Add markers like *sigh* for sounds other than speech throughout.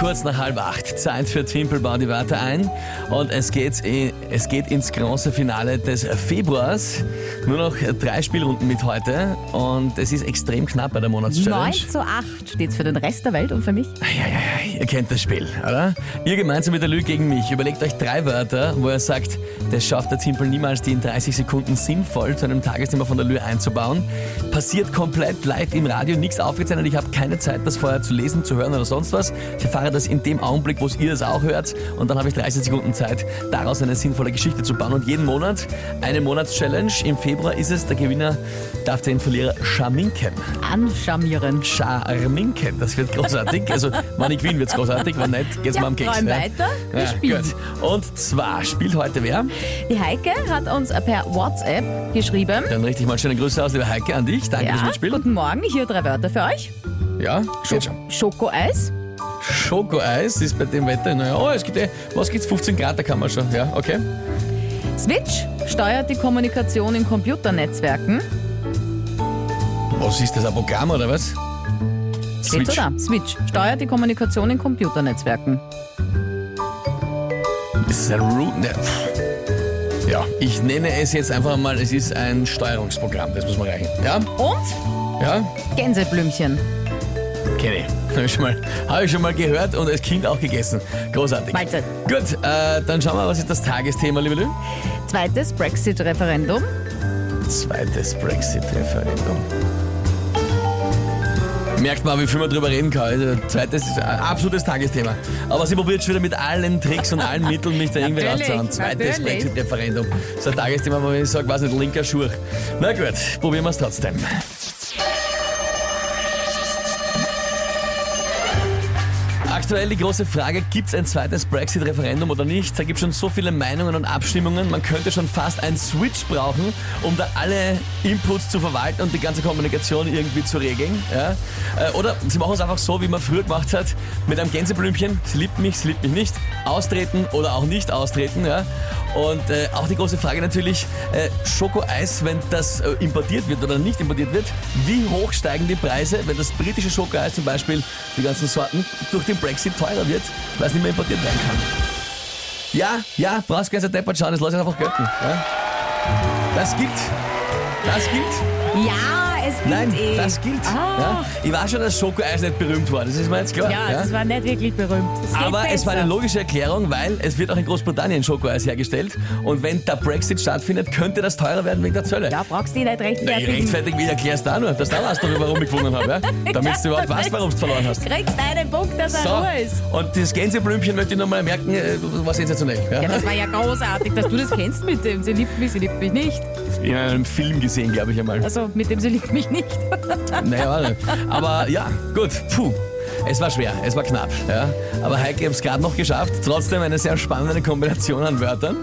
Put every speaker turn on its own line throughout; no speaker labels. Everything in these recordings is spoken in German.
Kurz nach halb acht, Zeit für Timpel, bau die Wörter ein. Und es geht, in, es geht ins große Finale des Februars. Nur noch drei Spielrunden mit heute. Und es ist extrem knapp bei der Monatschallenge.
9 zu 8 steht für den Rest der Welt und für mich.
Eieiei, ihr kennt das Spiel, oder? Ihr gemeinsam mit der Lüge gegen mich. Überlegt euch drei Wörter, wo er sagt, das schafft der Timpel niemals, die in 30 Sekunden sinnvoll zu einem Tagesthema von der Lüge einzubauen. Passiert komplett live im Radio, nichts aufgezeichnet. Ich habe keine Zeit, das vorher zu lesen, zu hören oder sonst was. Ich erfahre das in dem Augenblick, wo ihr das auch hört. Und dann habe ich 30 Sekunden Zeit, daraus eine sinnvolle Geschichte zu bauen. Und jeden Monat eine Monatschallenge. Im Februar ist es, der Gewinner darf den Verlierer schaminken.
Anschamieren.
Scharminken. Das wird großartig. Also, wenn ich gewinne, wird es großartig. Wenn nicht, geht's mal am Keks.
träum weiter. Wir spielen.
Gut. Und zwar spielt heute wer?
Die Heike hat uns per WhatsApp geschrieben.
Dann richte ich mal schöne Grüße aus, liebe Heike, an dich. Danke fürs Mitspielen.
guten Morgen, hier drei Wörter für euch.
Ja, geht schon.
Schokoeis,
Schokoeis ist bei dem Wetter, naja, oh, es gibt eh, was gibt's, 15 Grad, da kann man schon. Ja, okay.
Switch steuert die Kommunikation in Computernetzwerken.
Was ist das, ein Programm oder was?
Geht's oder? Switch steuert die Kommunikation in Computernetzwerken.
Ist es ein Root? Ne. pff. Ja, ich nenne es jetzt einfach mal, es ist ein Steuerungsprogramm, das muss man reichen. Ja,
Und
ja,
Gänseblümchen.
Kenne ich. Habe ich, schon mal- hab ich schon mal gehört und als Kind auch gegessen. Großartig.
Mahlzeit.
Gut, äh, dann schauen wir, was ist das Tagesthema, liebe Lü?
Zweites Brexit-Referendum.
Zweites Brexit-Referendum. Merkt mal, wie viel man drüber reden kann. Also, zweites ist ein absolutes Tagesthema. Aber sie probiert schon wieder mit allen Tricks und allen Mitteln, mich da irgendwie
Natürlich,
rauszuhauen. Zweites
natürlich.
Brexit-Referendum. Das ist ein Tagesthema, wo ich sage, was nicht, linker Schurch. Na gut, probieren wir es trotzdem. Aktuell die große Frage, gibt es ein zweites Brexit-Referendum oder nicht? Da gibt es schon so viele Meinungen und Abstimmungen, man könnte schon fast einen Switch brauchen, um da alle Inputs zu verwalten und die ganze Kommunikation irgendwie zu regeln. Ja? Äh, Oder sie machen es einfach so, wie man früher gemacht hat, mit einem Gänseblümchen, sie liebt mich, sie liebt mich nicht, austreten oder auch nicht austreten. Ja? Und äh, auch die große Frage natürlich, äh, Schokoeis, wenn das äh, importiert wird oder nicht importiert wird, wie hoch steigen die Preise, wenn das britische Schokoeis zum Beispiel, die ganzen Sorten, durch den Brexit teurer wird, weil es nicht mehr importiert werden kann? Ja, ja, brauchst ganz deppert schauen, das lass ich einfach götten. Ja? Das gilt. Das gilt.
Ja, es gilt
Nein,
eh.
das gilt.
Ah.
Ja? Ich weiß schon, dass Schokoeis nicht berühmt war, das ist mir jetzt klar.
Ja,
ja?
das war nicht wirklich berühmt. Es geht
Aber es war
besser.
eine logische Erklärung, weil es wird auch in Großbritannien Schokoeis hergestellt. Und wenn der Brexit stattfindet, könnte das teurer werden wegen der Zölle.
Ja, brauchst du dich nicht
Na, ich
rechtfertigen.
rechtfertig, wie erklärst du auch nur, dass du auch weißt, darüber, warum ich gewonnen habe,
*laughs*
ja? damit du überhaupt weißt, warum du verloren hast.
Kriegst einen Punkt, dass er Ruhe ist.
und das Gänseblümchen möchte ich nochmal merken, äh, war sensationell.
Ja,
Ja?
das war ja großartig, dass du das kennst mit dem Sie liebt mich, sie liebt mich nicht.
In einem Film gesehen, glaube ich einmal.
Also mit dem Sie liebt mich nicht. *laughs*
Naja, warte. Aber ja, gut. Puh. Es war schwer, es war knapp. Ja. Aber Heike hat es gerade noch geschafft. Trotzdem eine sehr spannende Kombination an Wörtern.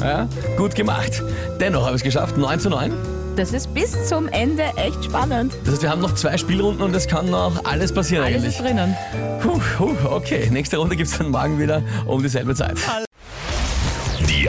Ja, gut gemacht. Dennoch habe ich es geschafft. 9 zu 9.
Das ist bis zum Ende echt spannend.
Das heißt, wir haben noch zwei Spielrunden und es kann noch alles passieren
Alles
eigentlich.
ist drinnen.
Puh, puh, okay, nächste Runde gibt es dann morgen wieder um dieselbe Zeit.
Die